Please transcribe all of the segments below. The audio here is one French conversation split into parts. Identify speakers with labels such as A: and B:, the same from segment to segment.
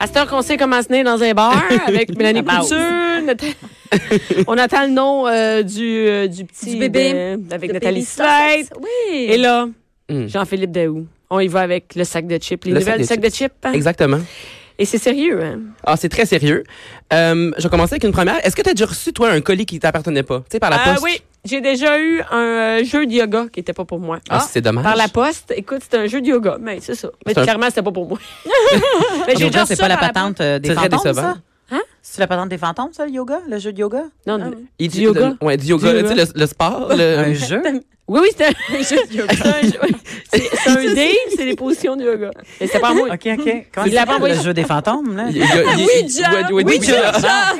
A: À cette heure qu'on sait comment se tenir dans un bar avec Mélanie
B: La base.
A: Couture, Nat- on attend le nom euh, du, euh, du petit
B: Du bébé.
A: ben, avec
B: De
A: Nathalie
B: Baby
A: Slate.
B: Stars.
A: Et
B: Oui.
A: là,
C: Mm.
A: Jean-Philippe Daou. On y va avec le sac de chips, les
C: Le sac
A: nouvelles
C: de
A: du sac de chips. hein?
C: Exactement.
A: Et c'est sérieux, hein?
C: Ah, c'est très sérieux. Euh, je vais commencer avec une première. Est-ce que tu as déjà reçu, toi, un colis qui t'appartenait pas? Tu sais, par la
A: Ah
C: poste?
A: oui, j'ai déjà eu un euh, jeu de yoga qui n'était pas pour moi.
C: Ah, c'est dommage.
A: Par la poste, écoute, c'était un jeu de yoga. Mais c'est ça. Mais
C: C'est un-
A: clairement, c'était pas pour moi. mais
B: Le
A: j'ai déjà
B: yoga,
D: c'est
A: reçu
D: pas
A: ça
D: la
A: par
D: patente euh, des
C: C'est très
D: fantômes,
C: décevant.
D: ça?
A: Hein?
D: C'est la patente des fantômes, ça, le yoga? Le jeu de yoga?
A: Non, non.
C: Il
A: Du yoga.
C: Ah Oui, du yoga.
A: Du
C: Tu sais, le, le sport. le- euh,
D: Un jeu?
A: Oui, oui, c'était un jeu de yoga. C'est un jeu- oui. C'est c'est un dé, c'est les positions de yoga. Mais c'était pas à moi.
D: OK, OK. Comment
A: Il
D: il
A: l'a pas
D: s'appelle, le
A: envoyé.
D: jeu des fantômes, là? Ah!
C: Il- il- il- il-
A: Ouija.
C: ouais, ouais,
A: Ouija.
C: Ouija.
A: Ah!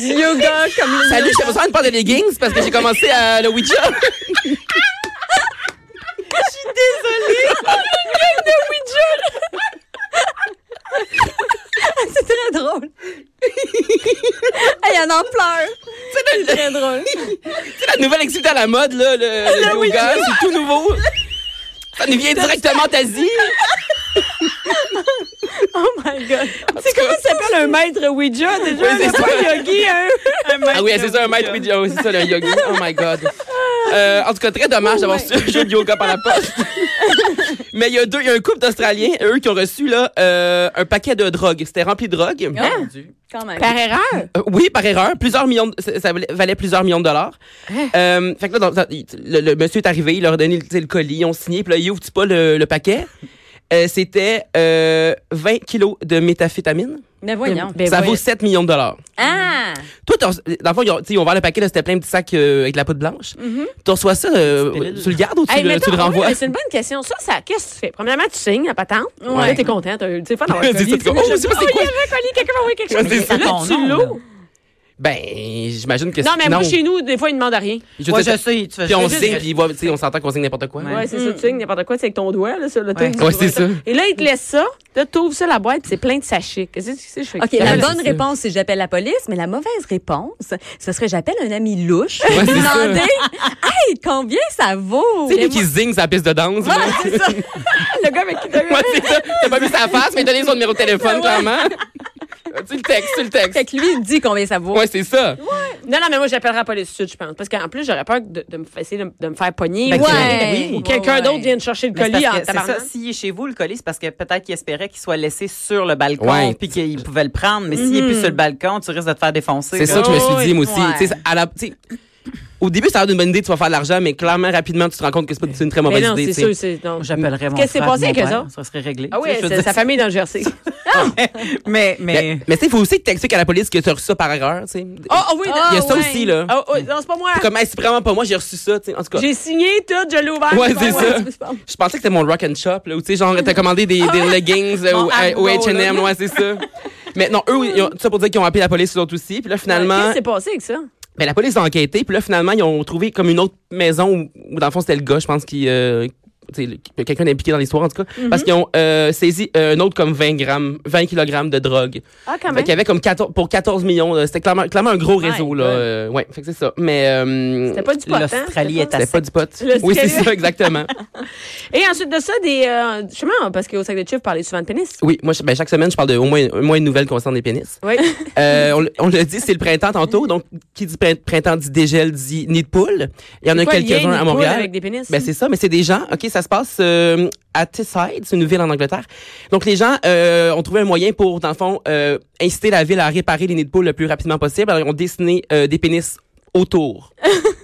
A: Du yoga comme le
C: Salut, j'ai besoin de porter des leggings parce que j'ai commencé à le Ouija.
B: C'est très drôle. hey, on en pleure.
A: C'est très drôle.
C: C'est la nouvelle activité à la mode, là, le, le yoga. C'est tout nouveau. Ça nous vient directement d'Asie.
A: Oh my God. C'est
C: cas-
A: comment ça s'appelle un maître Ouija déjà?
C: Oui, c'est
A: c'est pas un yogi, hein?
C: Ah oui, c'est ça, un maître Ouija. Oui, c'est ça, le yoga. Oh my God. Euh, en tout cas, très dommage d'avoir reçu un jeu de yoga par la poste. Mais il y a deux, il y a un couple d'Australiens, eux, qui ont reçu là, euh, un paquet de drogue. C'était rempli de drogue.
B: Quand même.
A: Par erreur.
C: Euh, oui, par erreur. Plusieurs millions, de- ça, ça valait- valait plusieurs millions de dollars. Euh, fait que là, dans- dans- il- le, le monsieur est arrivé, il leur a donné tu sais, le colis, ils ont signé, puis là, il ouvre pas le, le paquet. Euh, C'était euh, 20 kilos de méthamphétamine.
B: Mais voyons.
A: Ben,
C: ça
A: voyons.
C: vaut 7 millions de dollars.
B: Ah!
C: Toi, t'as reçu- dans le fond, ils ont, tu sais, ils ont ouvert le paquet, là, c'était plein de petits sacs euh, avec de la poudre blanche. Tu reçois ça, euh,
D: Stérile.
C: tu le gardes ou tu,
A: Mm-hmm. Hey,
C: le,
A: mettons, ah
C: tu le
A: oui,
C: renvoies?
A: mais c'est une bonne question. Ça, ça qu'est-ce que tu fais? Premièrement, tu signes la patente.
B: Ouais.
A: Là, t'es content. T'as eu, tu sais, fun d'avoir un
C: C'est
A: colis.
C: ça,
A: Tu dis,
C: oh,
A: je-
C: c'est pas- c'est
A: oh, il y
C: quoi?
A: avait un colis, quelqu'un m'a envoyé quelque chose.
C: Ouais, c'est ça.
A: Là,
D: Ton
A: tu
D: nom,
A: l'as.
D: là.
C: ben, j'imagine que
A: Non, mais moi,
C: non.
A: chez nous, des fois, ils demandent à rien.
C: Je
D: Moi,
C: sais-
D: je sais. Tu fais
C: Puis on
D: juste-
C: signe, puis ils voient- tu sais, on s'entend qu'on signe n'importe quoi.
D: Ouais.
A: Ouais, c'est ça, tu signes n'importe quoi, c'est avec ton doigt, là, sur le
D: Ouais.
A: truc.
C: Ouais, c'est ça.
A: Et là, ils te laissent ça. Là, t'ouvres ça, la boîte, puis c'est plein de sachets. Qu'est-ce que tu sais, je fais?
B: OK,
A: avec ça?
B: la
C: Ouais,
B: bonne
C: c'est ça.
B: réponse, c'est j'appelle la police, mais la mauvaise réponse, ce serait j'appelle un ami louche pour
C: Ouais, c'est ça.
B: demander Hey, combien ça vaut?
C: Tu sais, lui qui zigne sa piste de danse. là.
B: C'est ça.
A: Le gars avec qui t'as eu.
C: Moi, c'est ça. T'as pas vu sa face, mais donné son numéro de téléphone, clairement. tu le textes, tu le textes.
B: Fait que lui, il dit combien ça vaut.
C: Ouais, c'est ça.
A: Non, non, mais moi, j'appellerai pas les suite, je pense. Parce qu'en plus, j'aurais peur de, de me, essayer de, me- de me faire pogner.
C: Ben,
A: ou-
B: oui.
A: Ou quelqu'un
B: Ouais, ouais.
A: d'autre vienne chercher le
D: Mais c'est
A: colis
D: parce
A: en
D: que- C'est ça,
A: tabarnak.
D: s'il est chez vous, le colis, c'est parce que peut-être qu'il espérait qu'il soit laissé sur le balcon
C: Ouais.
D: puis qu'il pouvait le prendre. Mais s'il n'est
A: Mm-hmm.
D: plus sur le balcon, tu risques de te faire défoncer.
C: C'est
D: là.
C: ça que je me suis dit, moi aussi.
B: Ouais.
C: Tu sais, à la- tu sais, au début, ça a l'air d'une bonne idée, tu vas faire de l'argent, mais clairement, rapidement, tu te rends compte que c'est pas c'est une très
A: Mais
C: mauvaise
A: non,
C: idée.
A: c'est
C: tu sais.
A: sûr, c'est. non.
D: J'appellerais mon
A: Qu'est-ce qui s'est
D: frère,
A: passé
D: mon
A: avec eux
D: père.
A: autres?
D: Ça serait réglé.
A: Ah oui,
D: Tu sais, je veux
A: c'est-
D: dire-
A: sa famille est dans le Jersey.
D: Mais,
C: Mais,
D: mais...
C: mais tu sais, il faut aussi texter à la police que tu as reçu ça par erreur. tu sais.
A: Oh, oh, oui, non.
C: Il y
B: Ah,
C: a ça
B: ouais.
C: aussi, là.
A: Oh, oh, non, c'est pas moi.
C: C'est Comme, hey, c'est vraiment pas moi, j'ai reçu ça. tu sais. En tout cas,
A: J'ai signé tout, je l'ai ouvert. Ah,
C: Ouais,
A: c'est pas
B: Ah
C: c'est
A: moi,
C: ça.
A: c'est pas moi.
C: je pensais que c'était mon rock and shop, là, où tu sais, genre, t'as commandé des, des leggings euh, au-
D: Mon
C: au
D: Argo, là.
C: HM, ouais, c'est ça. Mais non, eux, ils ont, tout ça pour dire qu'ils ont appelé la police, eux autres aussi. Puis là,
A: Qu'est-ce
C: finalement,
A: qui s'est passé avec ça?
C: Ben, la police a enquêté, puis là, finalement, ils ont trouvé comme une autre maison où, où dans le fond, c'était le gars, je pense, qui. Euh, tu sais, le- qui- quelqu'un d'impliqué dans l'histoire, en tout cas. Parce qu'ils ont euh, saisi euh, un autre comme 20 grammes, 20 kilogrammes de drogue.
A: Ah, quand
C: Fait qu'il y avait comme 14, pour 14 millions. là, C'était clairement, clairement un gros
A: My
C: réseau, là.
A: God.
C: euh, ouais, fait que c'est ça. Mais. euh,
A: C'était pas du pot, hein?
D: L'Australie est
A: C'était
D: à
C: c'était pas du pot.
A: Le
C: Oui, c'est
A: sérieux.
C: ça, exactement.
A: pas- Et ensuite de ça, des. euh, Justement, parce qu'au sac de chiffres, vous parlez souvent de pénis.
C: Oui, moi, je- ben, chaque semaine, je parle de au moins, au moins une nouvelle concernant les pénis.
A: Oui.
C: Euh, on, le- on le dit, c'est le printemps tantôt. Donc, qui dit print- printemps dit dégel, dit nid de poule. Il y en a
A: Quoi, le lien
C: quelques-uns
A: des
C: à
A: poules
C: Montréal.
A: Avec des pénis.
C: Ben, c'est ça, mais c'est des gens. OK, ça se passe euh, à Tisside, c'est une ville en Angleterre. Donc, les gens euh, ont trouvé un moyen pour, dans le fond, euh, inciter la ville à réparer les nids de poules le plus rapidement possible. Alors, ils ont dessiné euh, des pénis autour.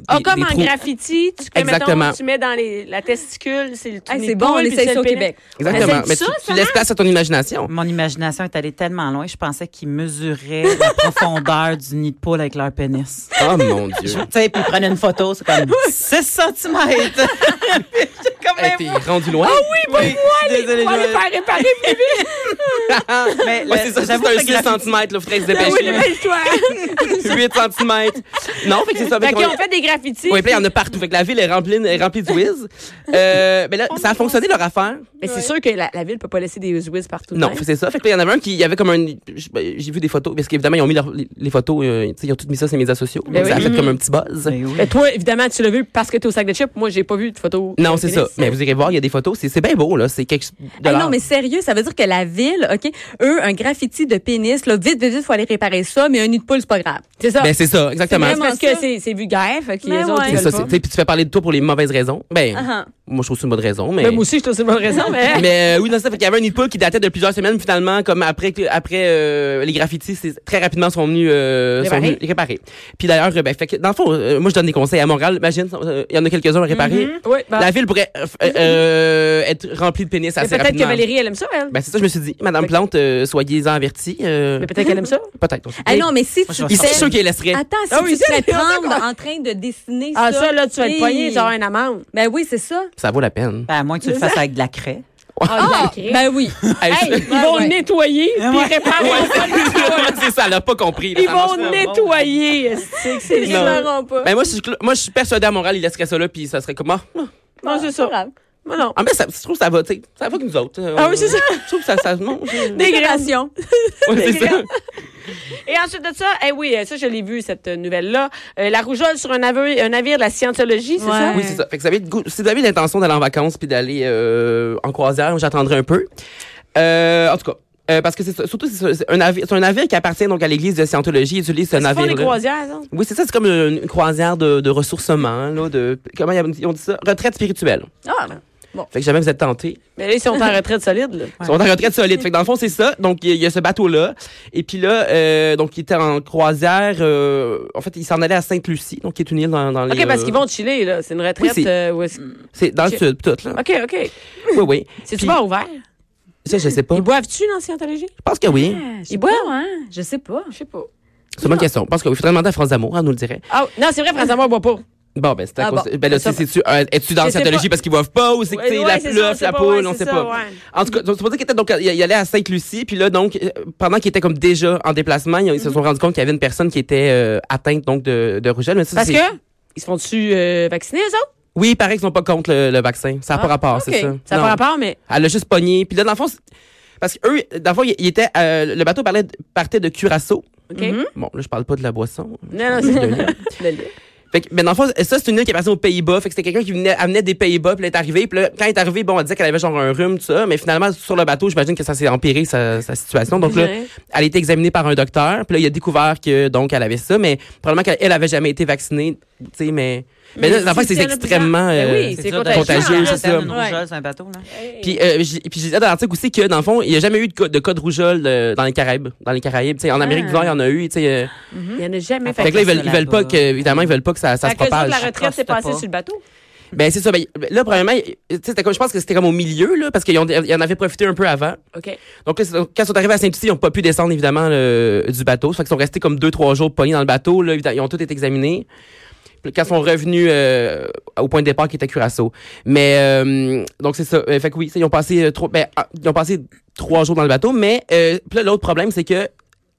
A: Ah,
C: Des-
A: comme
C: des
A: en
C: trous.
A: graffiti, tu, que, mettons,
C: Exactement.
A: tu mets dans les, la testicule, c'est le
B: Hey,
A: les
B: c'est bon, on
A: poules, puis
B: essaye
A: c'est
B: ça
A: le
B: au
A: pénis.
B: Québec.
C: Exactement.
A: Mais c'est
C: Mais
A: ça,
C: tu, tu
A: ça
C: laisses place à ton imagination.
D: Mon imagination est allée tellement loin, je pensais qu'ils mesuraient la profondeur du nid de poule avec leur pénis.
C: Oh mon Dieu.
D: Tu sais, puis ils prenaient une photo, c'est comme 6 cm. quand
C: Hey,
D: même
C: T'es rendu loin.
D: oui, désolée,
A: On va les
D: je-
A: faire réparer, puis
D: mais
C: Ouais,
D: le-
A: Ah
C: c'est ça, c'est
D: j'avoue que
C: un
D: le
C: 6
D: graphique-
C: cm, là, faudrait se
A: Ben oui,
C: dépêcher.
A: dépêche-toi.
C: 8 cm. Non, Non, fait que c'est ça.
A: Fait
C: mais
A: qu'ils ont fait des graffitis.
C: Ouais, puis là, il y en a partout. Fait que la ville est remplie, est remplie de whiz. Euh, mais là,
A: Oh
C: ça a fonctionné leur affaire.
B: Mais c'est sûr que la, la ville peut pas laisser des whiz partout.
C: Non,
B: hein.
C: c'est ça. Fait que là, il y en avait un qui, il y avait comme un, je- ben, j'ai vu des photos, parce qu'évidemment, ils ont mis leurs- les- les photos, euh, tu sais, ils ont toutes mis ça sur les médias sociaux.
A: Ben
C: Donc, ça
A: oui.
C: a fait comme un petit buzz.
D: Ben oui.
A: Mais toi, évidemment, tu l'as vu parce que t'es au sac de chips. Moi, j'ai pas vu de photo.
C: Non, c'est ça. Mais vous irez voir, il y a des photos. C'est c'est bien beau, là. C'est quelque chose. de
B: Hey,
C: l'art.
B: non, mais sérieux, ça veut dire que la ville, OK, eux, un graffiti de pénis, là, vite, vite, vite, faut aller réparer ça, mais un nid de poule, c'est pas grave.
A: C'est ça.
C: Ben, c'est ça, exactement.
A: C'est parce
B: Comment
A: que
B: ça?
A: c'est- c'est vulgaire. Fait que les
B: Mais
A: autres,
B: ouais.
A: ils
C: C'est ça,
A: veulent
C: c'est-
A: pas.
C: tu sais, puis tu fais parler de toi pour les mauvaises raisons. Ben,
B: Ah, ah.
C: moi, je trouve que c'est une bonne raison, mais.
A: Même Ben, aussi, je trouve que c'est une bonne raison, mais.
C: Mais euh, oui, non, ça fait qu'il y avait un nid de poule qui datait de plusieurs semaines finalement, comme après que- après euh, les graffitis, c'est- très rapidement sont venus, euh, sont
A: Réparer.
C: venus réparer. Puis d'ailleurs, euh, ben, fait que, dans le fond, euh, moi je donne des conseils à Montréal. Imagine, euh, il y en a quelques uns à réparer.
A: Oui, ben,
C: La ville pourrait euh, f- euh, être remplie de pénis
A: mais
C: assez
A: peut-être que
C: rapidement.
A: Valérie, elle aime ça, elle.
C: Ben c'est ça, je me suis dit, Madame Plante, euh, soyez-en avertie. euh,
A: Mais peut-être Eh, qu'elle aime ça.
C: Peut-être. on sait pas.
B: Ah non, mais si tu
D: je vais
C: Ils sont
D: sortir.
C: sûrs qu'ils laisseraient.
B: Attends, si
A: Ah oui,
B: tu te fais
A: c'est-
B: prendre en train de dessiner
A: Ah,
B: ça.
A: ça, là, tu vas être
B: Hey.
A: poigné, tu vas avoir une amende.
B: Ben oui, c'est ça.
C: Ça vaut la peine.
A: Bah.
D: Ben, à moins que tu le fasses avec de la craie.
A: Ah,
B: Ben oui.
C: Hey,
A: Hey,
C: je-
A: ils vont
B: ouais.
A: nettoyer, puis
D: Ouais.
A: réparer.
C: c'est ça, elle a pas compris. là,
A: Ils
C: ça marche
A: vont
C: pas.
A: nettoyer. esti, que C'est
B: Ils
C: Non.
A: ça.
B: sauront pas.
C: Ben moi, je suis cl- moi, je suis persuadée à Montréal, ils laisseraient ça là, puis ça serait comme ah, ah,
A: Non, c'est
B: Pas
A: ça.
B: grave.
A: Non, non.
C: Ah, mais ça, je trouve que ça va, tu sais, ça va que nous autres. Euh,
A: Ah oui, c'est ça.
C: Je trouve que ça, ça non, je-
A: Des graines.
B: Décoration.
C: ouais, c'est ça.
A: Et ensuite de ça, eh oui, euh, ça, je l'ai vu, cette euh, nouvelle-là. Euh, la rougeole sur un, navire- un navire de la scientologie, c'est
B: Ouais.
A: ça?
C: Oui, c'est ça. Fait que vous avez le goût- si vous avez l'intention d'aller en vacances puis d'aller euh, en croisière, j'attendrai un peu. Euh, en tout cas. euh, parce que c'est ça- surtout c'est c'est un navire, c'est un navire qui appartient donc à l'église de Scientologie. Ils utilisent ce
A: Ils font des
C: navire.
A: croisières, non?
C: Oui, c'est ça. C'est comme une, une croisière de, de ressourcement, là, de comment ils ont dit ça, retraite spirituelle.
B: Ah, ben.
C: Fait que jamais vous êtes tenté.
A: Mais là, ils sont en retraite solide, là.
C: Ils sont en retraite solide. Fait que dans le fond, c'est ça. Donc, il y, a- il y a ce bateau-là. Et puis là, euh, donc, il était en croisière. euh, en fait, il s'en allait à Sainte-Lucie, donc qui est une île dans, dans les...
A: OK, parce qu'ils
C: euh,
A: vont chiller, là. C'est une retraite.
C: Oui, c'est-
A: euh, où est-ce-
C: C'est dans le sud, tout, là.
A: OK, OK.
C: Oui, oui.
A: C'est-tu
C: Puis-
A: pas ouvert?
C: Ça, je sais pas.
A: Ils boivent-tu dans Scientologie?
C: Je pense que oui.
B: Ils boivent, hein? Je sais pas.
A: Je sais pas.
C: C'est une bonne question. Parce qu'il faudrait demander à France D'amour, elle nous le dirait.
A: Ah, non, c'est vrai, François Moore boit pas.
C: Bon, ben, c'est à
B: Ah
C: cause.
B: bon.
C: Ben, là,
A: Ça
C: c'est- c'est-tu, euh, es-tu dans
A: Je
C: la
A: sais pas.
C: Scientologie parce qu'ils boivent pas ou c'est que
A: Ouais,
C: t'es
A: ouais,
C: la
A: c'est
C: pleuve,
A: ça, on
C: la
A: sait pas, ouais,
C: poule, on
A: c'est
C: sait
A: ça,
C: pas.
A: ouais.
C: En tout cas, donc, c'est pour ça qu'il était donc, il il allait à Sainte-Lucie, puis là, donc, euh, pendant qu'il était comme déjà en déplacement, ils, ils
A: Mm-hmm.
C: se sont rendus compte qu'il y avait une personne qui était euh, atteinte, donc, de, de rougeole. Mais ça,
A: Parce
C: c'est-
A: que ils se font-tu euh, vacciner, eux autres?
C: Oui, il paraît qu'ils sont pas contre le, le vaccin. Ça n'a pas rapport, c'est ça.
A: Ah, Ça n'a
C: Non.
A: pas rapport, mais.
C: Elle a juste pogné. Puis là, dans le fond, c'est- parce que eux, dans le fond, il, il était, euh, le bateau parlait, partait de Curaçao.
A: OK?
C: Bon, là, je parle pas de la boisson.
A: Non, non,
C: De l'île.
A: c'est. Le-
C: Fait que, mais dans le fond, ça, c'est une île qui est partie aux Pays-Bas. Fait que c'était quelqu'un qui venait, amenait des Pays-Bas, puis elle est arrivée. Puis là, quand elle est arrivée, bon, elle disait qu'elle avait genre un rhume, tout ça. Mais finalement, sur le bateau, j'imagine que ça s'est empiré, sa, sa situation. Donc là,
A: Ouais.
C: elle a été examinée par un docteur. Puis là, il a découvert que, donc, elle avait ça. Mais probablement qu'elle elle avait jamais été vaccinée. Tu sais, mais. Mais, là,
A: Mais
C: la fois,
A: si
C: c'est
A: il y en a
C: extrêmement.
A: plusieurs- Ben
C: euh,
A: oui, c'est
D: dur
A: contagieux,
C: contagieux,
D: d'être
C: c'est ça.
D: Une
A: Ouais.
D: rougeole sur un bateau, là.
C: Puis, euh, j'ai- puis j'ai dit dans l'article aussi que, dans le fond, il n'y a jamais eu de, co- de cas de rougeole euh, dans les Caraïbes. Dans les Caraïbes. Tu sais, en Amérique du Nord, il y en a eu. tu sais, euh,
A: Il n'y en a jamais
D: Fait
C: fait que là, ils
D: que
C: veulent,
D: ça,
C: ils veulent pas
D: là-bas.
C: que, évidemment, ils veulent pas que ça, ça
A: Fait
C: se
A: que les autres,
C: propage.
A: la retraite s'est
D: Accoste
A: passée
D: pas.
A: sur le bateau.
C: Ben c'est ça. Ben, là, premièrement, tu sais, c'était comme- je pense que c'était comme au milieu, là, parce qu'ils ont- ils en avaient profité un peu avant.
A: OK.
C: Donc, là, c'est- donc, quand ils sont arrivés à Saint-Lucie, ils n'ont pas pu descendre, évidemment, le- du bateau. Ça fait qu'ils sont restés comme deux, trois jours pognés dans le bateau. Là, Évidemment, ils ont tous été examinés. Puis, Quand ils sont revenus euh, au point de départ qui était Curaçao. Mais, euh, donc, c'est ça. Euh, fait que oui, ça, ils ont, passé, euh, trois, ben, ah, ils ont passé trois jours dans le bateau. Mais, euh, puis là, l'autre problème, c'est que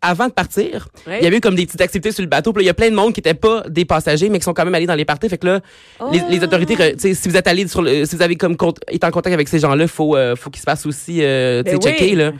C: avant de partir,
A: Ouais.
C: il y avait eu comme des petites activités sur le bateau. Puis là, il y a plein de monde qui n'étaient pas des passagers, mais qui sont quand même allés dans les parties. Fait que là, les,
A: Oh.
C: les autorités, re- tu sais, si vous êtes allé sur le, si vous avez comme cont- été en contact avec ces gens-là, faut, euh, faut qu'ils se fassent aussi, euh, tu sais,
A: Ben oui.
C: checker, là.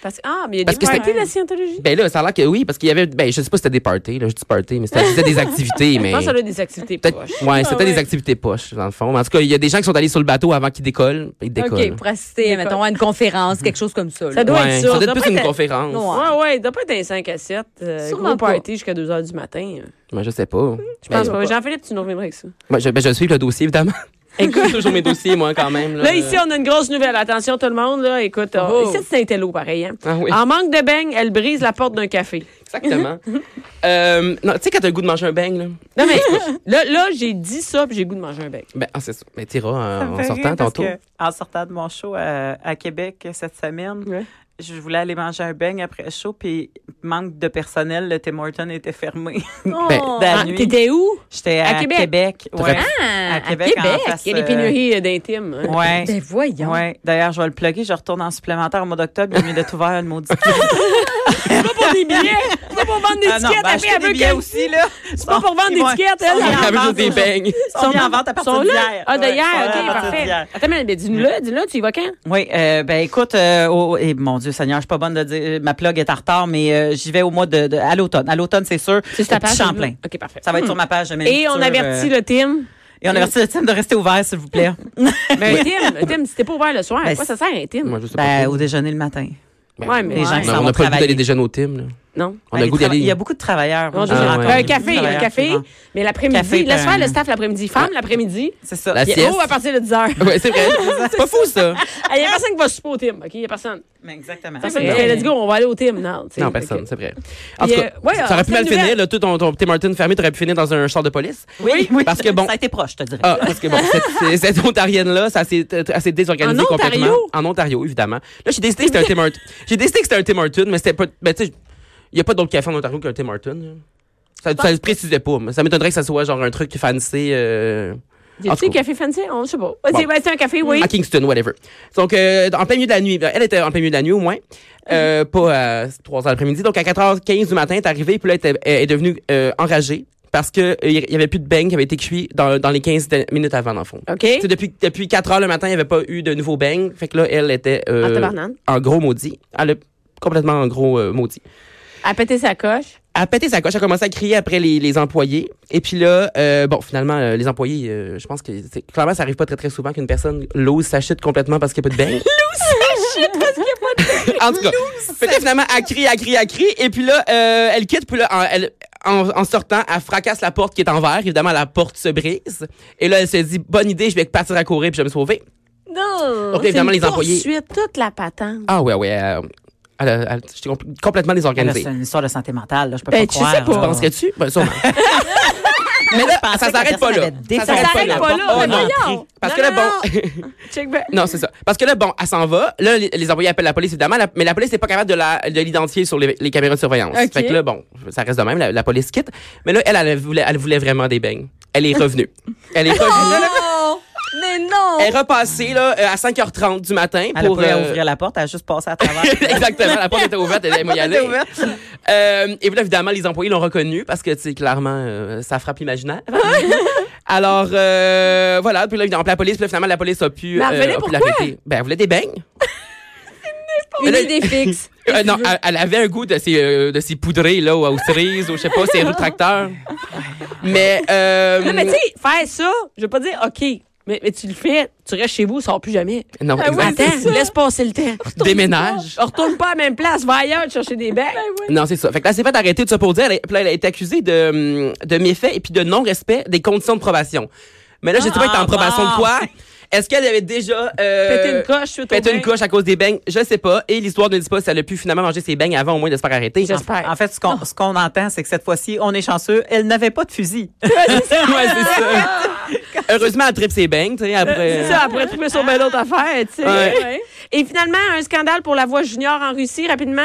A: Parce que- Ah, mais il y a
C: Parce
A: des
C: que c'était-
A: parties de la Scientologie.
C: Ben là, ça a l'air que oui, parce qu'il y avait, ben, je sais pas si c'était des parties, là, je dis parties, mais c'était c'était des activités, mais.
A: Je pense que ça a des activités
C: Peut-être-
A: proches.
C: ouais, c'était
A: Ah ouais.
C: des activités poches, dans le fond. Mais En tout cas, il y a des gens qui sont allés sur le bateau avant qu'ils décollent. Ils décollent.
B: OK, pour assister, mettons, à une conférence, quelque chose comme ça. là.
A: Ça doit
C: Ouais,
A: être ça.
C: ça doit
A: Ça
C: être
A: doit
C: plus une
A: être-
C: conférence.
B: Non.
A: Ouais, ouais, il doit pas être dans 5 à 7. Euh,
B: Sûrement
A: gros
B: pas.
A: party jusqu'à 2 h du matin.
C: Moi, Ben, je sais pas.
A: Je pense
C: Ben,
A: pas. Jean-Philippe, tu nous reviendras avec ça.
D: Euh,
C: moi, je, ben, je suis le dossier, évidemment. Écoute, toujours mes dossiers, moi, quand même. Là,
A: Là, ici, on a une grosse nouvelle. Attention, tout le monde, là. Écoute, euh,
B: Oh.
A: ici, c'est un télo, pareil. hein.
C: Ah oui.
A: En manque de beignes, elle brise la porte d'un café.
C: Exactement. euh, non, tu sais, quand t'as le goût de manger un beigne, là.
A: Non, mais là, là j'ai dit ça, puis j'ai le goût de manger un bec.
C: Ben, ah, c'est ça. Ben, t'iras
D: Ça
C: en,
D: me
C: en
D: fait
C: sortant
D: rire parce
C: tantôt.
D: que en sortant de mon show euh, à Québec euh, cette semaine,
A: Ouais.
D: je voulais aller manger un beigne après le show, puis manque de personnel, le Tim Hortons était fermé.
C: Ben,
B: Oh.
D: ben, La
A: Ah,
D: nuit.
A: T'étais où?
D: J'étais
A: À
D: à,
A: Québec?
D: Québec.
C: T'aurais
D: ouais.
C: pu-
B: Ah,
D: à Québec, en face,
A: Il y a des pénuries euh, d'intimes. hein.
D: Ouais.
B: Ben voyons.
D: Ouais. D'ailleurs, je vais le plugger. Je retourne en supplémentaire au mois d'octobre. Il vient d'être ouvert le maudit.
A: Pas pour des billets! pas pour vendre des
D: Ah non,
A: tickets.
D: ben,
A: après,
D: achetez
A: elle
D: des
A: veut
D: billets
A: que-
D: aussi, là.
A: C'est pas pour vendre
D: Ils
A: des
D: vont-
A: tickets,
D: ils sont mis
A: elle.
D: en
C: Elle veut juste
D: vente
C: des
D: aujourd'hui.
C: beignes.
D: Ils sont mis en vente à partir
A: Sont là?
D: d'hier.
A: Ah,
D: Ouais,
A: d'hier,
D: ils sont là à
A: OK,
D: partir
A: parfait.
D: d'hier.
A: Attends, mais dis-nous-le, dis-le, tu y vas quand?
D: Oui, euh, ben écoute, euh, au- et mon Dieu Seigneur, je suis pas bonne de dire, euh, ma plug est en retard, mais euh, j'y vais au mois de, de- à l'automne. À l'automne, c'est sûr.
A: C'est sur ta
D: Au petit
A: page.
D: Champlain.
A: Facebook. OK, parfait.
D: Ça va être sur ma page. de
A: Et on
D: Méniculture,
A: avertit
D: euh,
A: le team.
D: Et on avertit le team de rester ouvert, s'il vous plaît.
A: Ben, Tim, Tim, si t'es pas ouvert le soir, à
D: Ben,
A: quoi ça sert, Tim?
C: Moi, je sais pas. Ben,
D: ben, au déjeuner le matin.
A: ouais, mais-
D: les gens
A: Ouais.
D: qui
C: Non,
D: s'en
C: on n'a pas le
D: vont
C: goût
D: travailler.
C: d'aller déjeuner au team. là.
A: Non?
C: On a
D: Ben,
C: le
D: les
C: goût
D: trava-
C: d'aller.
D: Il y a beaucoup de travailleurs.
A: Non,
D: Moi,
A: je-
D: j'en
C: ouais.
D: rencontre
A: Ben, un
D: beaucoup de
A: café, un
D: travailleurs,
A: café.
D: souvent.
A: Mais l'après-midi,
D: Café,
A: le soir,
D: ben,
A: le staff l'après-midi. Femme, l'après-midi.
D: C'est ça.
C: La
A: Puis-
C: sieste.
A: Oh, à partir de 10 heures.
C: Ouais, c'est vrai. c'est pas fou, ça.
A: Il n'y a personne qui va souper au team, OK? Il n'y a personne.
D: Mais Ben, Exactement.
A: Tu sais, hey, Let's go, on va aller au team. Non, tu sais.
C: Ah, Non, personne,
A: Fait que-
C: c'est vrai. En tout
A: Et,
C: cas,
A: euh, ouais,
C: ça
A: on
C: aurait
A: se
C: pu
A: fait
C: mal
A: une
C: finir,
A: nouvelle.
C: là, tout ton, ton Tim Martin fermé, t'aurais pu finir dans un char de police.
D: Oui, oui.
C: Parce que bon-
D: Ça a été proche, je te dirais.
C: Ah, parce que bon, cette, c'est- cette Ontarienne-là, ça s'est euh, elle s'est désorganisée
A: En
C: complètement.
A: Ontario?
C: En Ontario, évidemment. Là, j'ai décidé que c'était un Tim Hortons. J'ai décidé que c'était un Tim Hortons, mais c'était pas. Ben, tu sais, il n'y a pas d'autre café en Ontario qu'un Tim Hortons. là. Ça ne le précisait pas. mais Ça m'étonnerait que ça soit genre un truc fancy euh,
A: Y
C: En
A: a-tu
C: tout
A: un
C: cas.
A: café fancy? On ne sait pas. Ouais, C'est
C: Bon.
A: ouais, c'est un café, oui.
C: à Kingston, whatever. Donc, euh, en plein milieu de la nuit. Elle était en plein milieu de la nuit, au moins. Euh,
A: Mm-hmm.
C: Pas à 3 h l'après-midi. Donc, à 4h15 du matin, elle est arrivée, puis là, elle, était- elle est devenue euh, enragée parce que euh, il y avait plus de beignes qui avaient été cuits dans, dans les 15 de- minutes avant, dans le fond.
A: OK.
C: Tu sais, depuis, depuis 4 heures le matin, il n'y avait pas eu de nouveau bang. Fait que là, elle était euh,
A: En tabarnane.
C: en gros maudit. Elle a complètement en gros euh, maudit.
A: À péter sa coche.
C: Elle a pété sa coche, elle a commencé à crier après les, les employés. Et puis là, euh, bon, finalement, euh, les employés, euh, je pense que c'est- clairement, ça arrive pas très très souvent qu'une personne lose sa chute complètement parce qu'il n'y a pas de bang. en tout cas, fait que là, finalement, elle crie, elle crie, elle crie. Et puis là, euh, elle quitte. Puis là, en- elle, en, en sortant, elle fracasse la porte qui est en verre. Évidemment, la porte se brise. Et là, elle se dit, bonne idée, je vais partir à courir puis je vais me sauver.
A: Non.
C: Donc, évidemment,
A: C'est une
C: les employés-
A: poursuite, toute la patente.
C: Ah ouais, ouais. euh, elle, a- elle- j'étais compl- complètement
D: Là,
C: désorganisée.
D: C'est une histoire de santé mentale, là, je peux
A: Ben,
D: pas
A: tu
D: croire.
A: sais pas.
D: là.
A: Je
C: Penserais-tu? Ben, sûrement. Mais là,
D: pensais
C: ça
D: que la
C: s'arrête pas
D: personne
C: là.
D: avait défoncé
A: Ça s'arrête
C: la
A: pas
C: porte.
A: là.
C: Oh,
A: mais
C: non.
A: voyons.
C: Parce
A: Non,
C: que là,
A: non,
C: bon,
A: non. Check back.
C: Non, c'est ça. Parce que là, bon, elle s'en va. Là, les, les employés appellent la police, évidemment, la- mais la police n'est pas capable de la- de l'identifier sur les, les caméras de surveillance.
A: Ok.
C: Fait que là, bon, ça reste de même, la, la police quitte. Mais là, elle, elle voulait, elle voulait vraiment des beignes. Elle est revenue. Elle est
B: Oh,
C: revenue.
B: Non! Mais non!
C: Elle est repassée là, euh, à 5h30 du matin
D: Elle a
C: pour.
D: pas eu à
C: euh,
D: ouvrir la porte, elle a juste passé à travers.
C: Exactement, la porte était ouverte, elle allait y aller. Euh, et puis là, évidemment, les employés l'ont reconnu parce que, tu sais, clairement, euh, ça frappe l'imaginaire. Alors, euh, voilà, puis là, évidemment, la police, puis là, finalement, la police a pu, euh,
A: Mais elle venait
C: a pu
A: pourquoi?
C: l'arrêter. Ben, elle voulait des beignes.
B: Une
C: là-
B: idée fixe.
C: Euh, non, elle, elle avait un goût de ses, euh, de ses poudrées, là, ou aux cerises, ou je sais pas, ses retracteurs. Mais, euh,
A: Non, mais tu sais, faire ça, je veux pas dire OK, mais, mais tu le fais, tu restes chez vous, sors plus jamais.
C: non, exact.
A: Attends, laisse passer le temps.
C: Déménage.
A: On retourne pas à la même place, va ailleurs te chercher des becs.
C: Non, c'est ça. Fait que là, elle s'est fait arrêter de ça pour dire. Elle, est- puis là, elle a été accusée de, hum, de méfait et puis de non-respect des conditions de probation. Mais là, je sais pas, elle était
D: Ah,
C: en probation
D: bon.
C: de quoi? Est-ce qu'elle avait déjà euh,
A: Péter une coche, suite au
C: pété une
A: bain?
C: coche à cause des beignes? Je sais pas. Et l'histoire ne dit pas si elle a pu finalement manger ses beignes avant au moins de se faire arrêter.
A: J'espère.
D: En fait, ce qu'on ce qu'on entend, c'est que cette fois-ci, on est chanceux. Elle n'avait pas de fusil.
C: Ouais, c'est ça. Heureusement, elle tripe ses beignes, tu sais, après.
A: C'est ça, après trouver sur ben d'autres affaires, tu sais.
C: euh, Ouais.
A: Ouais. Et finalement, un scandale pour la voix junior en Russie, rapidement.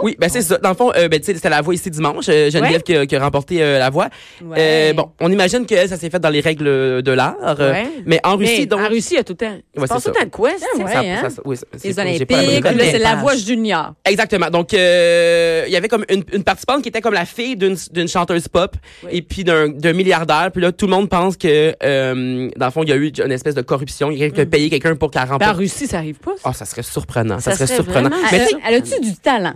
C: Oui, ben c'est ça. Dans le fond, euh, ben, tu sais, c'était la voix ici dimanche. Euh, Geneviève
A: Ouais.
C: qui, a, qui a remporté euh, la voix.
B: Ouais.
C: Euh, bon, on imagine que ça s'est fait dans les règles de l'art. euh,
A: Ouais.
C: Mais en Russie,
A: Mais
C: donc.
A: en Russie, il y a tout le temps.
C: Ouais,
A: c'est pas
C: c'est
A: tout le
C: ça.
A: temps de quoi, c'est
B: Ouais,
C: Ça-
B: hein?
C: ça- oui, ça- c'est-
B: Les
C: j'ai
B: Olympiques,
C: pas la bonne
B: là,
D: bonne
B: c'est la
D: page.
B: voix junior.
C: Exactement. Donc, euh, il y avait comme une, une participante qui était comme la fille d'une d'une chanteuse pop et puis d'un d'un milliardaire. Puis là, tout le monde pense que, euh, dans le fond, il y a eu une espèce de corruption. Il y a
B: Mm.
C: quelqu'un qui a payé quelqu'un pour qu'elle
A: Ben, en
C: remporte.
A: Russie, ça arrive pas. ça.
C: Ah, ça serait surprenant. Ça,
A: Ça
C: serait,
A: serait
C: surprenant.
A: vraiment
C: Mais
B: Elle,
C: tu-
B: elle a-tu du talent?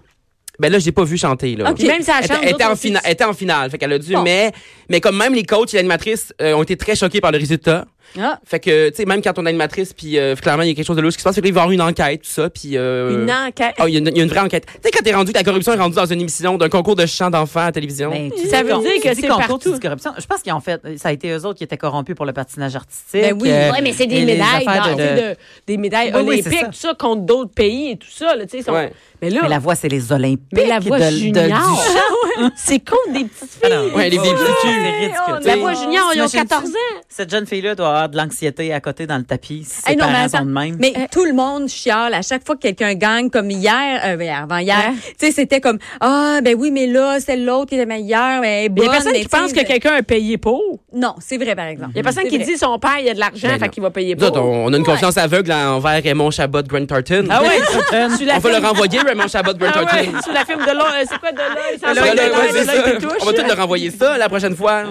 C: ben là, j'ai pas vu chanter là.
A: Puis Même si elle
C: Elle,
A: chante,
C: était- elle était
A: nous autres,
C: en
A: on
C: finale,
A: sait-
C: elle était en finale. Fait qu'elle a dû,
B: Bon.
C: mais, mais comme même les coachs et l'animatrice euh, ont été très choqués par le résultat.
B: Ah,
C: Fait que, tu sais, même quand on a une matrice, puis euh, clairement, il y a quelque chose de louche qui se passe, fait que là, il va y avoir une enquête, tout ça, puis... euh,
A: Une enquête.
C: Ah, il y, a une- il y a une vraie enquête. Tu sais, quand t'es rendu, que la corruption est rendue dans une émission d'un concours de chant d'enfants à la télévision.
D: Ben, tu
A: Ça
D: dis
A: veut
D: con-
A: dire
D: tu
A: que
D: dis
A: c'est
D: concours,
A: partout.
D: tu dis corruption. Je pense qu'ils ont fait. Ça a été eux autres qui étaient corrompus pour le patinage artistique.
B: Ben oui.
D: euh,
A: Oui, mais c'est
D: et
A: des
D: les
A: médailles,
D: affaires
A: dans-
D: ah, de-
A: tu sais, de- des médailles
D: Oui, oui,
A: olympiques,
D: c'est ça.
A: tout ça, contre d'autres pays et tout ça. Là, tu sais, sont-
C: Ouais.
A: Mais là,
D: Mais la voix, c'est les Olympiques.
A: mais la voix
D: de- de- du
A: junior, Ah
D: chant.
A: Ouais, c'est contre des petites filles.
D: Ah non.
C: Ouais, les
D: Oh,
C: bébés
D: c'est
C: culs.
D: ridicule.
A: La voix junior, ils ont
D: T'imagines-tu?
A: 14 ans.
D: Cette jeune fille-là doit avoir de l'anxiété à côté dans le tapis si ses
B: Hey, non, mais
D: parents
B: attends.
D: sont de même.
B: Mais tout le monde chiale à chaque fois que quelqu'un gagne, comme hier, euh, ben, avant
A: Hein?
B: hier. Tu sais, c'était comme ah ben oui, mais là c'est l'autre qui était meilleur. Mais elle est
A: Il y a
B: bonne,
A: personne
B: mais
A: qui pense
B: tu sais,
A: que quelqu'un a payé pour.
B: Non, c'est vrai par exemple.
A: Il y a personne
B: C'est
A: qui
B: vrai.
A: dit son père, il y a de l'argent,
C: Ben
A: fait
C: non.
A: qu'il va payer
C: Nous autres,
A: pour.
C: on, on a une confiance aveugle envers Raymond Chabot de Grant Tartan.
D: Ah ouais,
A: Tu
D: tu-
A: la
C: on va
A: filmes-
C: le renvoyer, Raymond Chabot de Grant
A: Ah
C: Tartan.
A: ouais, Ah sous la firme de l'œil. C'est quoi de l'œil? Sans
C: Là,
A: l'œil,
C: là,
A: de
C: ouais,
A: l'œil,
C: c'est
A: de l'œil,
C: ça.
A: te touche.
C: On va tous le renvoyer ça la prochaine fois.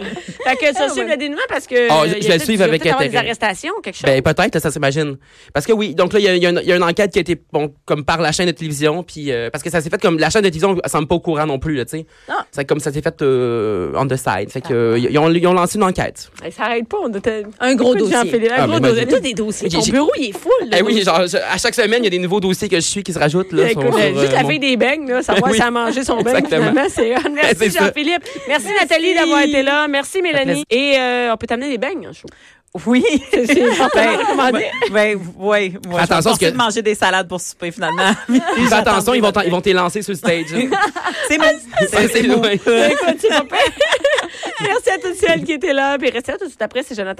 A: Fait que ça suit le dénouement parce que.
C: Ah,
A: euh,
C: je-
A: il y a
C: je
A: peut-être-
C: le suis
A: il va
C: avec
A: peut-être avoir des
C: intérêt.
A: arrestations ou quelque chose.
C: Ben peut-être, là, ça s'imagine. Parce que oui, donc là, il y a- il y, a une- il y a une enquête qui a été bon, comme par la chaîne de télévision, puis euh, parce que ça s'est fait comme la chaîne de télévision elle semble pas au courant non plus, là, tu sais.
B: Ah.
C: C'est comme ça s'est fait euh, on the side. Fait que euh, ils, ont, ils ont lancé une enquête.
A: Hey, Ça arrête pas. On a tel-
B: Un gros
A: Écoute,
B: dossier.
A: Jean-Philippe, Un
C: Ah,
A: gros
C: mais
A: dossier.
C: vas-y.
A: Tous des dossiers.
C: J'ai-
A: Ton
C: j'ai-
A: bureau, il est full. de
C: Eh oui,
A: dossiers.
C: genre je- à chaque semaine, il y a des nouveaux dossiers que je suis qui se rajoutent là. sont
A: Écoute,
C: sur,
A: juste
C: euh,
A: la
C: mon-
A: fille des beignes, là, savoir
C: Ben oui.
A: si elle a mangé son beigne,
C: Exactement.
A: finalement, c'est hot. Merci
C: C'est ça.
A: Jean-Philippe. Merci, Nathalie d'avoir été là. Merci Mélanie. Et euh, on peut t'amener des beignes, je trouve.
D: oui.
A: C'est- c'est fortement recommandé.
D: Ben, ouais, ouais.
C: Attention,
D: Attention,
C: parce que-
D: de manger des salades pour souper finalement.
C: Fais attention, ils vont t'en- ils vont t'élancer sur le stage. hein.
D: C'est mon-
C: C'est- c'est loin.
A: Écoute, c'est pas pire. Merci à toutes celles qui étaient là. Puis restez là tout de suite après, c'est Jonathan.